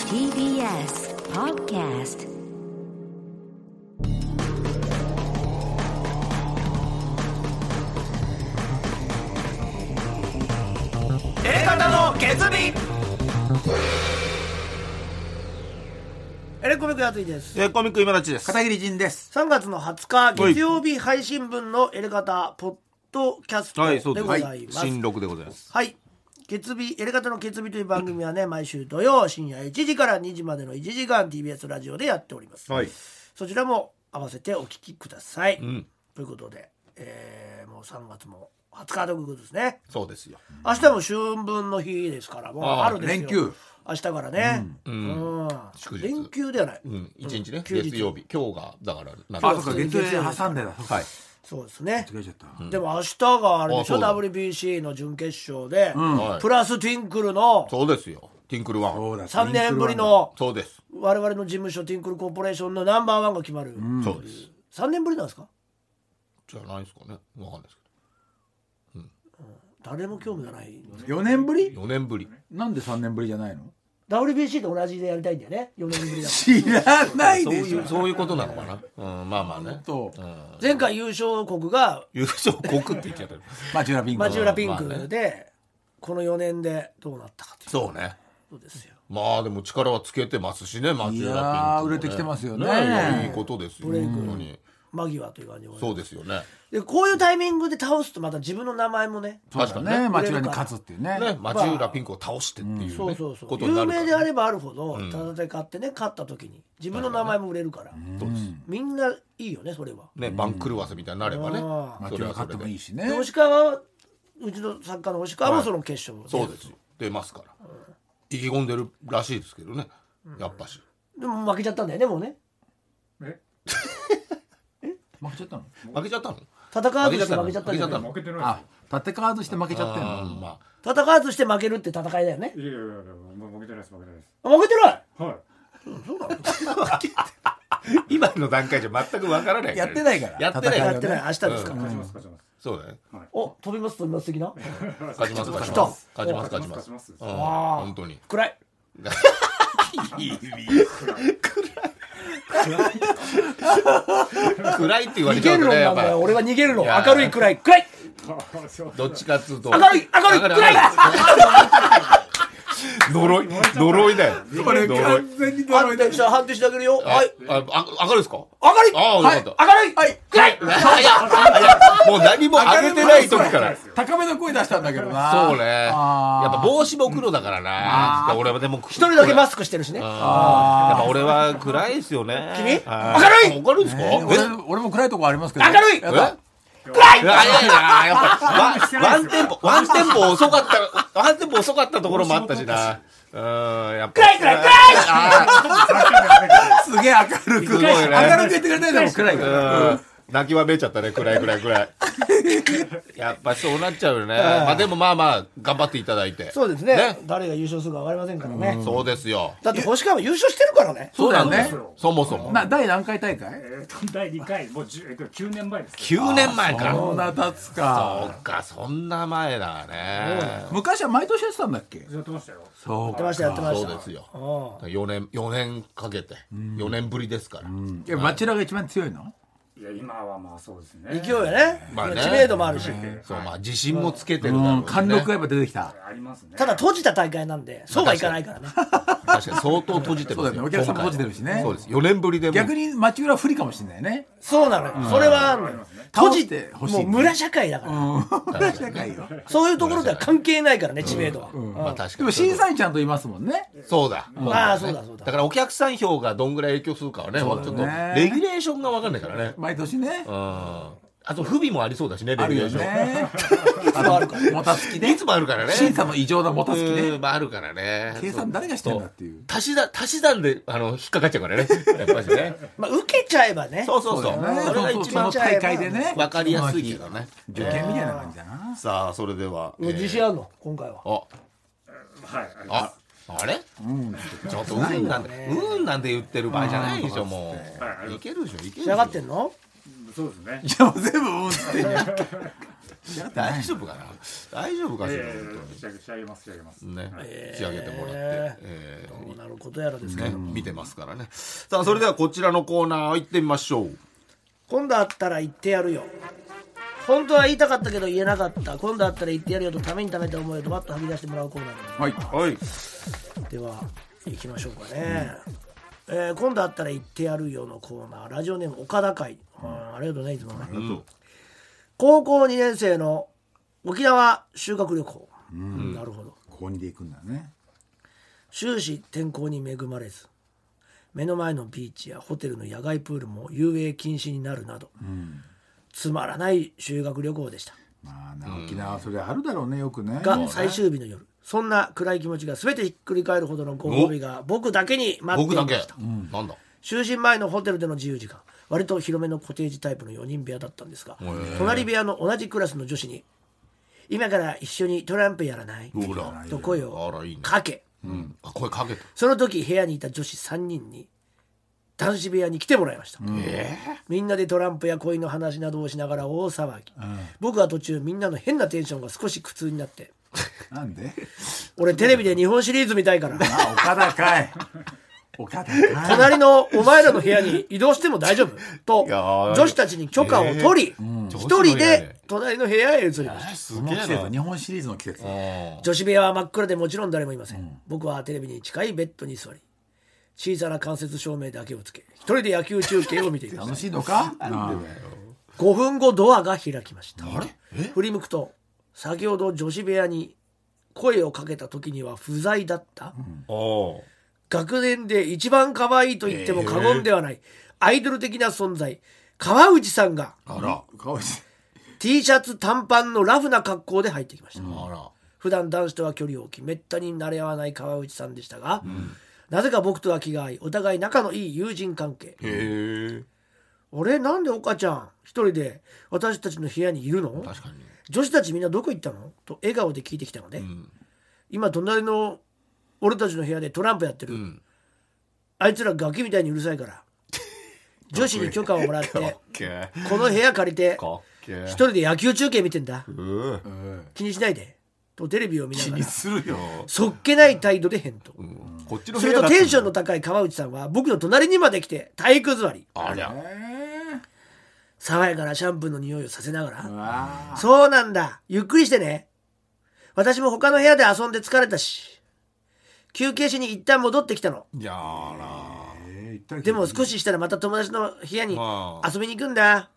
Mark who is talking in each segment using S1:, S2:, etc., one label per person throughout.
S1: TBS Podcast
S2: 方の決意
S3: エレコミックやついです
S2: えーコミック今立ちです
S4: 片桐仁です。
S3: 3月の20日月曜日配信分のエレガタポッドキャスト
S2: は
S3: で
S2: いそう
S3: ご
S2: です、
S3: ざ
S2: はいい、
S3: ますはい、
S2: 新録でございます
S3: 月日エレガタの月日という番組はね毎週土曜深夜1時から2時までの1時間 TBS ラジオでやっております、
S2: はい
S3: そちらも合わせてお聞きください、
S2: ん
S3: ということで、えーもう3月も20日ということですね
S2: そうですよ
S3: 明日も春分の日ですからもう
S2: あー
S3: あるですよ
S4: 連休
S3: 明日からね、うん
S2: 祝日
S3: 連休ではない、
S2: うん一日ね
S3: 休日
S2: 月曜日今日がだからなん
S4: あ、
S2: か
S4: そっか、限定挟んでた。そっか
S2: はい
S3: そうですね
S4: 間違えちゃった。
S3: でも明日があれでしょ
S2: あそうだ
S3: WBC の準決勝で、
S2: はい
S3: プラスティンクルの
S2: そうですよティンクルワン
S4: そうだ
S3: 3年ぶり。の
S2: そうです、
S3: 我々の事務所ティンクルコーポレーションのナンバーワンが決まる、
S2: そうです
S3: 3年ぶりなんですか
S2: じゃないですかねわかんないです
S3: 誰も興味がない
S4: 4年ぶ
S2: け
S4: り
S2: ど4年ぶり
S4: なんで3年ぶりじゃないの
S3: WBC と同じでやりたいんだよね4年ぶりだか
S4: 知らない
S2: そう
S4: で
S2: い
S4: しょ
S2: う。そういうことなのかなうんまあまあね
S4: と、
S3: ら前回優勝国が
S2: 優勝国って言っちゃってる
S4: マチュラピンク。
S3: マチュラピン
S2: まあね
S3: クで、この4年でどうなったかという
S2: そうね
S3: ことですよ
S2: まあでも力はつけてますしねマチュラピン
S4: いや
S2: クもね、
S4: ー売れてきてますよね
S2: いいことですよ
S3: ブレイク
S2: 本当に
S3: 間際という感じで
S2: そうですよね
S3: でこういうタイミングで倒すとまた自分の名前もね
S4: そう
S2: 確か
S4: だ
S2: にね
S4: ね。マチュラに勝つっていうね。
S2: ね、町浦ピンクを倒してっていう,、ね
S3: そうそうそう
S2: ことにな
S3: 有
S2: るから
S3: 名であればあるほど戦ってね勝った時に自分の名前も売れるから
S2: そうです
S3: みんないいよねそれは。
S2: ね、番狂わせみたいになればね
S3: あ
S4: マ
S2: そ
S4: チ
S2: れ
S4: ュラ
S2: はそれ
S4: 勝っても
S2: で
S4: いいしね
S3: で。星川はうちの作家の星川もその決勝
S2: そうですよ出ますから意気込んでるらしいですけどねやっぱし
S3: でも負けちゃったんだよねもうね
S4: 負けちゃったの
S2: 負けちゃったの
S3: 戦わずして負けちゃったんだよね
S2: 負けちゃったの
S4: あ、縦カードして負けちゃったよ
S2: あー
S4: な。
S2: ま
S3: 戦わずして負けるって戦いだよね
S5: いやいやいやいや、もう負けてないです、負けてないです。
S3: あ負けてない
S5: はい。
S2: あ今の段階じゃ全くわからない
S4: やってないから
S2: やってない
S4: 戦い
S3: や
S4: は
S3: ってない明日ですか
S5: 勝ちます、勝ちます。
S2: そうだね
S3: お飛びます飛びます的な
S2: 勝ちます勝ち
S3: た
S2: ます勝ちます勝ちます
S5: 勝ちます
S2: うん
S3: わあ
S2: 本当に
S3: 暗い
S2: 暗いって言われ
S3: 逃
S2: ちゃ
S3: げる
S2: うと
S3: の
S2: ねや
S3: な
S2: っ
S3: んだよ
S2: ぱ
S3: 俺は逃げるの
S2: いやー
S3: 明るい暗い暗い
S5: あそう
S2: どっちかっつうと
S3: 明るい明るい暗い
S2: 呪い呪いだよ
S4: これ
S2: 呪い
S4: 完全に
S3: 判
S4: 呪いだ
S3: 定
S4: よ。
S3: して判定してあげるよは
S2: あ
S3: い
S2: ああ明るいですか
S3: 明るい
S2: ああよかった
S3: 明るいはい暗い
S2: もう何も上げてない時から。
S4: 高めの声出したんだけどな。
S2: そうね。
S4: あー
S2: やっぱ帽子も黒だからな。俺はでも一
S3: 一人だけマスクしてるしね
S2: あーやっぱ俺は暗いですよね。
S3: 君
S2: はい
S3: 明るい
S2: 明るいですか
S4: え俺
S2: え
S4: 俺も暗いとこありますけど。
S3: 明るい
S2: え
S4: やだ
S3: 暗い
S2: いやいやいややっぱワンワンテンポワンテンポ遅かったワンテンポ遅かったところもあったしな。うんやっぱ
S3: 暗い暗い暗い
S4: すげえ明る
S2: す
S4: く。
S2: ごいね
S4: 明るく言ってくれないでも暗いから。
S2: うん泣きわめいちゃったね暗い暗い暗い。やっぱそうなっちゃうよね。まあでもまあまあ頑張っていただいて。
S3: そうですね誰が優勝するか分かりませんからね、
S2: そうですよ。
S3: だって星川も優勝してるからね
S4: そうだよね。
S2: そもそも。
S4: な第何回大会
S5: えーと、第2回、もう10えっと9年前です。
S2: 9年前か。
S4: そんな経つ
S2: そ
S4: か
S2: っか、そんな前だね。
S4: 昔は毎年やってたんだっけ
S5: ずっとましたよ。
S4: そう
S3: やってましたやってまし
S2: そう
S3: た
S2: ですよ。4年、四年かけて、4年ぶりですから。
S4: いやバチェラが一番強いの
S5: いや、今はまあそうですね。
S3: 勢いはね,、
S2: まあね
S3: 知名度もあるし、
S2: そう、まあ自信もつけてるだろう
S4: うん
S2: ね
S4: 貫禄がやっぱ出てきた
S5: ありますね。
S3: ただ、閉じた大会なんでそうはいかないからね
S2: 確かに相当閉じてますよ。
S4: そうだよねお客さ
S2: 今回は
S4: んも閉じてるしね
S2: そうです。4年ぶりでも。
S4: 逆に町浦不利かもしれないね
S3: そうなのよ、それはあるのよ閉じて
S4: 倒してほしい
S3: もう村社会だから、
S4: 村社会よ
S3: そういうところでは関係ないからね知名度は、
S2: まあ確
S4: で
S2: か
S4: も
S2: に。
S4: 審査員ちゃんといますもんね
S2: そうだ。今回はね
S3: あーそうだそうだ
S2: だからお客さん票がどんぐらい影響するかはね、ちょっとレギュレーションがわかんないからね。
S4: 毎年ね
S2: うん。あと不備もありそうだしね、レ
S4: あ
S2: ギ
S4: る
S2: ュレ
S4: よ
S2: ーション。
S4: ね
S3: いつもあるから
S4: もたつき
S2: い
S4: ね
S2: つもあるからね。
S4: 審査の異常なもたつき
S2: う
S4: ね
S2: んまああるからね。
S4: 計算誰がしてんだっていう
S2: 足し算、足し算で、あの、引っかかっちゃうからね。 やっぱしね。
S3: まあ、受けちゃえばね
S2: そうそう
S4: そう
S2: そ
S4: だ
S2: う。
S4: よね
S2: それが
S4: そう
S2: 一
S4: その
S2: 番
S4: 大会でね
S2: わかりやすいけどね。
S4: 受験みたいな感じだな
S2: さあ、それでは。えー
S3: 自信あるの今回は
S2: あ、
S5: はい、ありま
S2: あ、あれちょっと、うんなんで、うんなんで言ってる場合じゃないでしょ、も
S5: は
S2: う。
S5: い
S2: いけるでしょ、いけるでしょ。
S3: 仕上がってんの
S5: す。そうですね。
S4: いやもう全部うんっつってんじゃん
S2: 大丈夫かな大丈夫かしら、
S5: え
S2: 本
S5: ー仕上げ仕上げます、仕上げます。
S2: 当にね。仕上げてもらって。えー
S3: なることやらですけど、
S2: ね、見てますからねさあそれではこちらのコーナー行ってみましょう
S3: 今度あったら言ってやるよ本当は言いたかったけど言えなかった今度あったら言ってやるよとためにためた思いをドバッとはみ出してもらうコーナーで
S4: はい。
S2: はい
S3: では行きましょうかね、えー今度あったら言ってやるよのコーナーラジオネーム岡田会、うんありがとうねいつもね、高校2年生の沖縄修学旅行、なるほど
S4: ここにで行くんだね。
S3: 終始天候に恵まれず目の前のビーチやホテルの野外プールも遊泳禁止になるなど、つまらない修学旅行でした
S4: まあな沖縄はそれあるだろうねよくね。
S3: が最終日の夜そんな暗い気持ちが全てひっくり返るほどのご褒美が僕だけに待って
S2: 僕
S3: い
S2: だ
S3: ま
S2: け
S3: した、
S2: なんだ
S3: 就寝前のホテルでの自由時間割と広めのコテージタイプの4人部屋だったんですが隣部屋の同じクラスの女子に「今から一緒にトランプやらない?」
S2: ほら
S3: と声を
S2: あらいいね
S3: かけ
S2: うんあ声かけた
S3: その時部屋にいた女子3人に男子部屋に来てもらいました、
S2: ええ
S3: みんなでトランプや恋の話などをしながら大騒ぎ、僕は途中みんなの変なテンションが少し苦痛になって
S4: なんで？
S3: 俺テレビで日本シリーズ見たいから
S4: あ岡田 かい。岡田かい。
S3: 隣のお前らの部屋に移動しても大丈夫と
S2: いやー
S3: 女子たちに許可を取り一人で隣の部屋へ移りました
S2: す
S4: こ
S2: げ
S4: の季
S2: えな
S4: 節日本シリーズの季節。
S3: 女子部屋は真っ暗でもちろん誰もいません、僕はテレビに近いベッドに座り小さな間接照明だけをつけ一人で野球中継を見ていま
S4: 楽
S3: す
S4: しいのか？うん
S3: 5分後ドアが開きました振り向くと先ほど女子部屋に声をかけた時には不在だった、
S2: おー
S3: 学年で一番可愛いと言っても過言ではない、アイドル的な存在川内さんが
S2: あら
S4: かわいい。
S3: T シャツ短パンのラフな格好で入ってきました、
S2: あら
S3: 普段男子とは距離を置きめったに慣れ合わない川内さんでしたが、なぜか僕とは気が合いお互い仲のいい友人関係
S2: へえ
S3: 俺なんで岡ちゃん一人で私たちの部屋にいるの
S2: 確かに
S3: 女子たちみんなどこ行ったのと笑顔で聞いてきたので、今隣の俺たちの部屋でトランプやってる、
S2: ん
S3: あいつらガキみたいにうるさい から女子に許可をもらってこ
S2: けー
S3: の部屋借りて
S2: かっけー
S3: 一人で野球中継見てんだ
S2: うー
S3: 気にしないでとテレビを見ながら
S4: するよ。
S3: そっけない態度で返答
S2: こっちの
S3: す
S2: 部
S3: ると
S2: 屋だ
S3: テンションの高い川内さんは僕の隣にまで来て体育座り
S2: ありゃ
S3: 爽やかなシャンプーの匂いをさせながら
S4: あ
S3: そうなんだ。ゆっくりしてね。私も他の部屋で遊んで疲れたし。休憩しに一旦戻ってきたの。
S2: いやーら
S4: あ。
S3: でも少ししたらまた友達の部屋に
S2: ああ
S3: 遊びに行くんだ。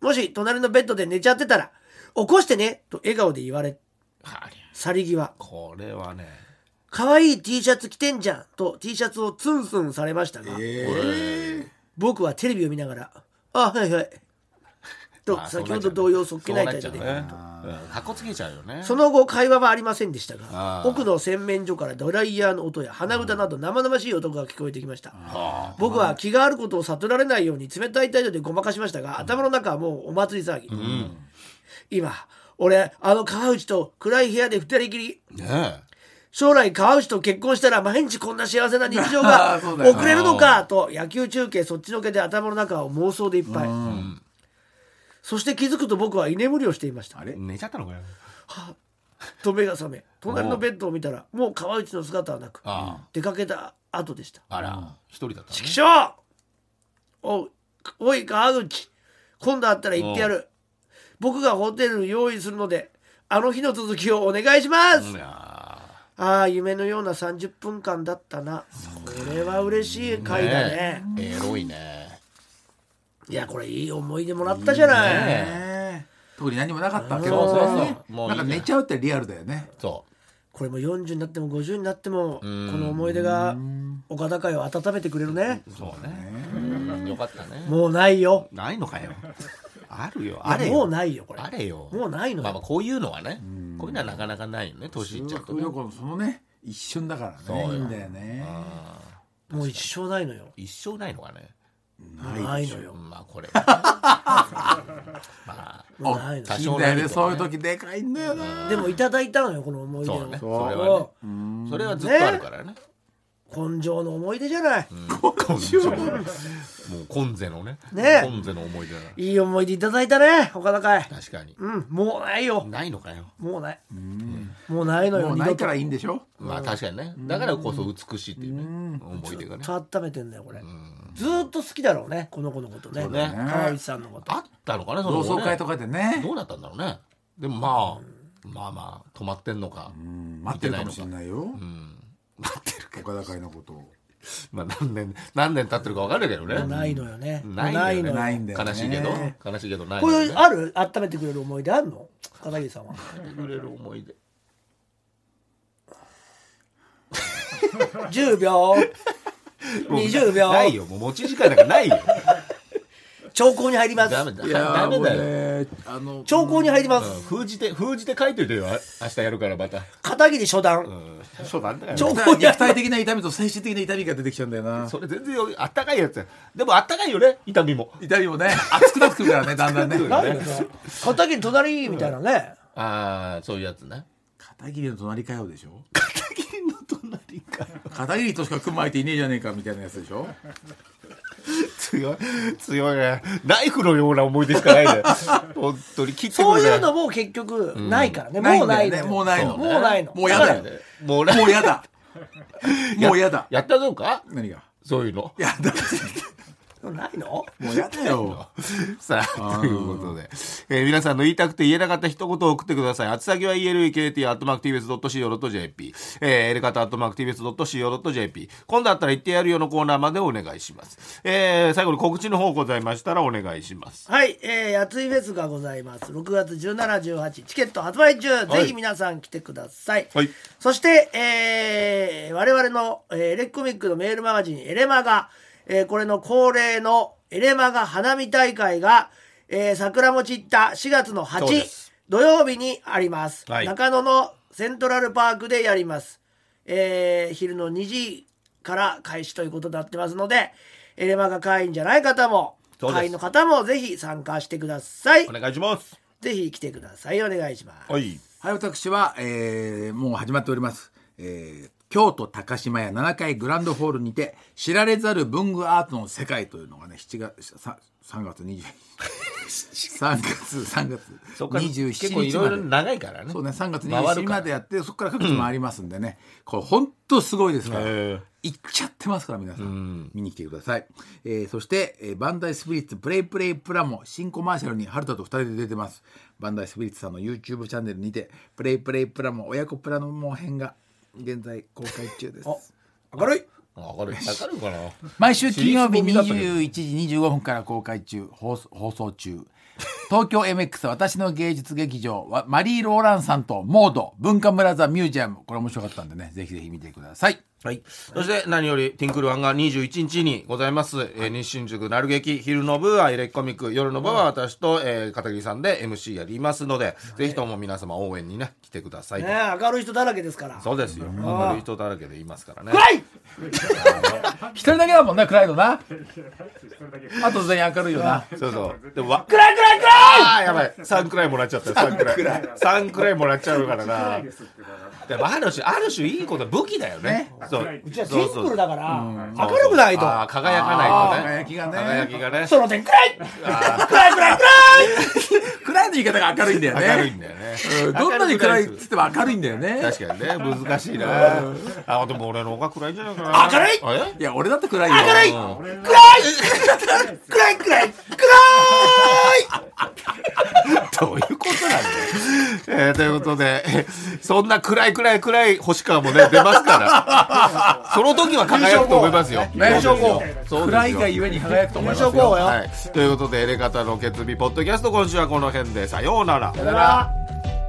S3: もし隣のベッドで寝ちゃってたら、起こしてねと笑顔で言われ、
S2: ありゃ
S3: 去り際。
S2: これはね
S3: 可愛い T シャツ着てんじゃんと T シャツをツンツンされましたが、僕はテレビを見ながら、あ、はいはい。と
S2: まあ
S3: 先ほど同様そっけない態度で。
S2: そうなっちゃうねうんかっこつけちゃうよね
S3: その後会話はありませんでした
S2: あ
S3: が
S2: ー
S3: 奥の洗面所からドライヤーの音や鼻歌など生々しい音が聞こえてきました
S2: あ
S3: 僕は気があることを悟られないように冷たい態度でごまかしましたが頭の中はもうお祭り騒ぎ、今俺あの川内と暗い部屋で二人きり
S2: ーね
S3: 将来川内と結婚したら毎日こんな幸せな日常が
S4: そうだよな
S3: 送れるのかと野球中継そっちのけで頭の中は妄想でいっぱいそして気づくと僕は居眠りをしていました
S4: あれ
S2: え？寝ちゃったのかよ
S3: と目が覚め隣のベッドを見たらもう川内の姿はなく
S2: あ
S3: 出かけた後でした
S2: ああら一人だった
S3: 「
S2: ね
S3: 気象おうおい川口今度あったら言ってやる僕がホテル用意するのであの日の続きをお願いします」
S2: いや
S3: ああ夢のような30分間だったなこれは嬉しい回だね
S2: ーエロいね
S3: いやこれいい思い出もらったじゃない
S2: ね
S4: ええ特に何もなかったけ
S2: そ
S4: ど
S2: うそうそう
S4: ね
S2: もういい
S4: なんか寝ちゃうってリアルだよね
S2: そ
S3: これも40になっても50になってもこの思い出が岡田会を温めてくれるね
S2: うそうねうんよかったね
S3: もうないよ
S2: ないのかよ あるよ
S3: い
S2: あ
S3: や
S2: れよ
S3: もうないよこれ
S2: あれよ
S3: もうないのよ
S2: まあまあこういうのはねこういうのはなかなかないよね年いっちゃうと
S4: 修学旅行のそのね一瞬だからねいいんだよね
S3: もう一生ないのよ
S2: 一生ないのかね
S3: ないの
S2: う
S3: よ
S2: んまあこれ まあ
S3: もうないの
S2: 多
S4: いい
S2: 少
S4: んだ
S2: な
S4: よ
S2: い
S4: ね
S2: と
S4: そういう時でかいんだよな
S3: でもいただいたのよこの思い出
S2: そ
S3: を
S2: うね
S3: そ
S2: そうれはねそれはずっとあるからね
S3: 根性の思い出じゃない、
S2: 今週もうコンゼのね
S3: ねえ
S2: コンゼの思い出だない
S3: い思い出いただいたね岡田会
S2: 確かに
S3: うんもうないよ
S2: ないのかよ
S3: もうないもうないのよ
S4: もうないから
S3: 二
S4: いいんでしょ
S2: まあ確かにねだからこそ美しいっていうね思い出がね
S3: 度と温めてんだよこれずーっと好きだろうねこの子のことね
S2: だね
S3: 川内さんのこと
S2: あったのかねその
S4: 同
S2: 後ね
S4: 窓会とかでね
S2: どうなったんだろうねでもまあまあまあ止まってんのか
S4: うん待ってるかもしれないよ
S2: 待ってる
S4: 岡田会のことを
S2: まあ何年何年経ってるか分かんないけどね
S3: もうないのよねもう
S2: ない
S3: ない
S2: んだ
S3: の
S2: よね
S3: よ
S4: ないんだよね
S2: 悲しいけど悲しいけどない
S3: こ
S2: のよ
S3: れ
S2: ね
S3: ある温めてくれる思い出あるの片桐さんは
S2: くれる思い出
S3: 10秒20秒
S2: ないよもう持ち時間なんかないよ
S3: 兆候に入ります
S2: ダメだダメだよ
S4: よあの
S3: 兆候に入りま
S2: うん
S3: す
S2: 封じて封じて書いといてよあ明日やるからまた
S3: 片桐初
S2: う
S3: 段
S2: んそうなんだよ
S3: 兆候に
S4: 肉
S3: 入
S4: 体的 な痛みと精神的な痛みが出てきちゃうんだよな
S2: それ全然よあったかいやつやでもあったかいよね痛みも
S4: 痛みもね熱くなってくるからねだんだん ね
S2: 熱くなって
S3: 何だよ片桐隣みたいなね
S2: ああそういうやつね
S4: 片桐の隣かよでしょ
S2: 片桐の隣か
S4: 片桐としか組まれていねえじゃねえかみたいなやつでしょ
S2: 強い強いねナイフのような思い出しかない ね本当に切って
S3: そういうの
S2: も
S3: も結局ないからね
S4: うん
S3: もうないのよ
S4: ないんだよ
S3: も
S4: ね
S3: う
S4: もう
S3: ないの
S4: もうやだよ
S2: もう
S4: も
S2: ね
S4: うやだもうやだ
S2: やったぞか
S4: 何が
S2: そういうの
S4: やだ
S3: ないの
S4: もうやだ よ
S2: さあということで、えー皆さんの言いたくて言えなかった一言を送ってください厚先は elekt.mactvs.co.jp えー、エレカタ .mactvs.co.jp 今度あったら言ってやるよのコーナーまでお願いします、えー最後に告知の方ございましたらお願いします
S3: はい、えー、やついフェスがございます。6月17、18、チケット発売中、
S2: い
S3: ぜひ皆さん来てください。
S2: はい
S3: そして、えー、我々の、えー、エレコミックのメールマガジン、エレマガ、えー、これの恒例のエレマガ花見大会が、えー、桜も散った4月の
S2: そうで
S3: 8
S2: す、
S3: 土曜日にあります、
S2: はい
S3: 中野のセントラルパークでやります。えー、昼の2時から開始ということになってますので、エレマガ会員じゃない方も、
S2: そうです
S3: 会員の方もぜひ参加してください
S2: お。願いします
S3: ぜひ来てください。お願いします。
S2: はい
S4: はい私は、えーもう始まっております、えー京都高島屋7階グランドホールにて知られざる文具アートの世界というのがね7月さ3月20 3月3月
S2: そこから結構
S4: 27
S2: い
S4: 日
S2: ろ
S4: ま
S2: いろ
S4: で
S2: 長いからね
S4: そうね、3月
S2: 回るから
S4: 27日までやって、そこから各地回りますんでね、これ本当すごいですから、
S2: へえ
S4: 行っちゃってますから皆さん、見に来てください。えーそして、えーバンダイスピリッツプレイプレイプラも新コマーシャルに春田と2人で出てます。バンダイスピリッツさんの YouTube チャンネルにて、プレイプレイプラも親子プラのも編が現在公開中です。
S3: 明るい。
S2: わかるわかるかな
S4: 毎週金曜日
S2: シリーズも見たという
S4: 21時25分から公開中放送 放送中東京 MX 私の芸術劇場はマリー・ローランさんとモード文化ムラザミュージアムこれ面白かったんでねぜひぜひ見てください
S2: はい、そして何より「ティンクルワン」が21日にございます、えー西新宿なる劇昼の部はエレコミック夜の部は私と、えー片桐さんで MC やりますので、ぜひとも皆様応援にね来てください、
S3: ね、明るい人だらけですから。
S2: そうですよ明るい人だらけでいますからね
S3: 暗い。
S4: 一人だけだもんな暗いのな
S5: それだけ
S4: あと全員明るいよな
S2: そうそうでもわ
S3: 暗い暗い暗い。
S2: あーやばい3くらいもらっちゃったよ3くらい3くらいもらっちゃうから
S5: 暗
S2: ない
S5: ですってだか
S2: で
S5: ら
S2: もある種ある種いいこと武器だよねそう
S5: 暗いう
S3: ちはシ
S2: そうそ
S3: ン
S2: う
S3: プルだから、
S2: そう
S3: 明るくないと。
S2: あー輝かないとね
S4: 輝きがね
S2: 輝きがね
S3: その点暗い。暗い暗い暗い。
S4: 暗いの言い方が明るいんだよね
S2: 明るいんだよね
S4: うんどんなに暗いっつっても明るいんだよね
S2: 確かにね難しいなあでも俺の方が暗いんじゃないかな
S3: 明るい
S2: え
S4: いや俺だって暗いよ
S3: 明るい。
S5: 俺は
S3: 暗い暗い。
S2: どういうことなんだよ、えーということでえそんな暗い暗い暗い星川もね出ますからその時は輝くと思いますよ
S4: 優勝候補
S2: そうですよ
S4: 暗いがゆえに輝くと思いますよ
S3: 優勝候補よ
S2: はい、ということでエレガタの決意ポッドキャスト今週はこの辺でさようなら
S4: さよなら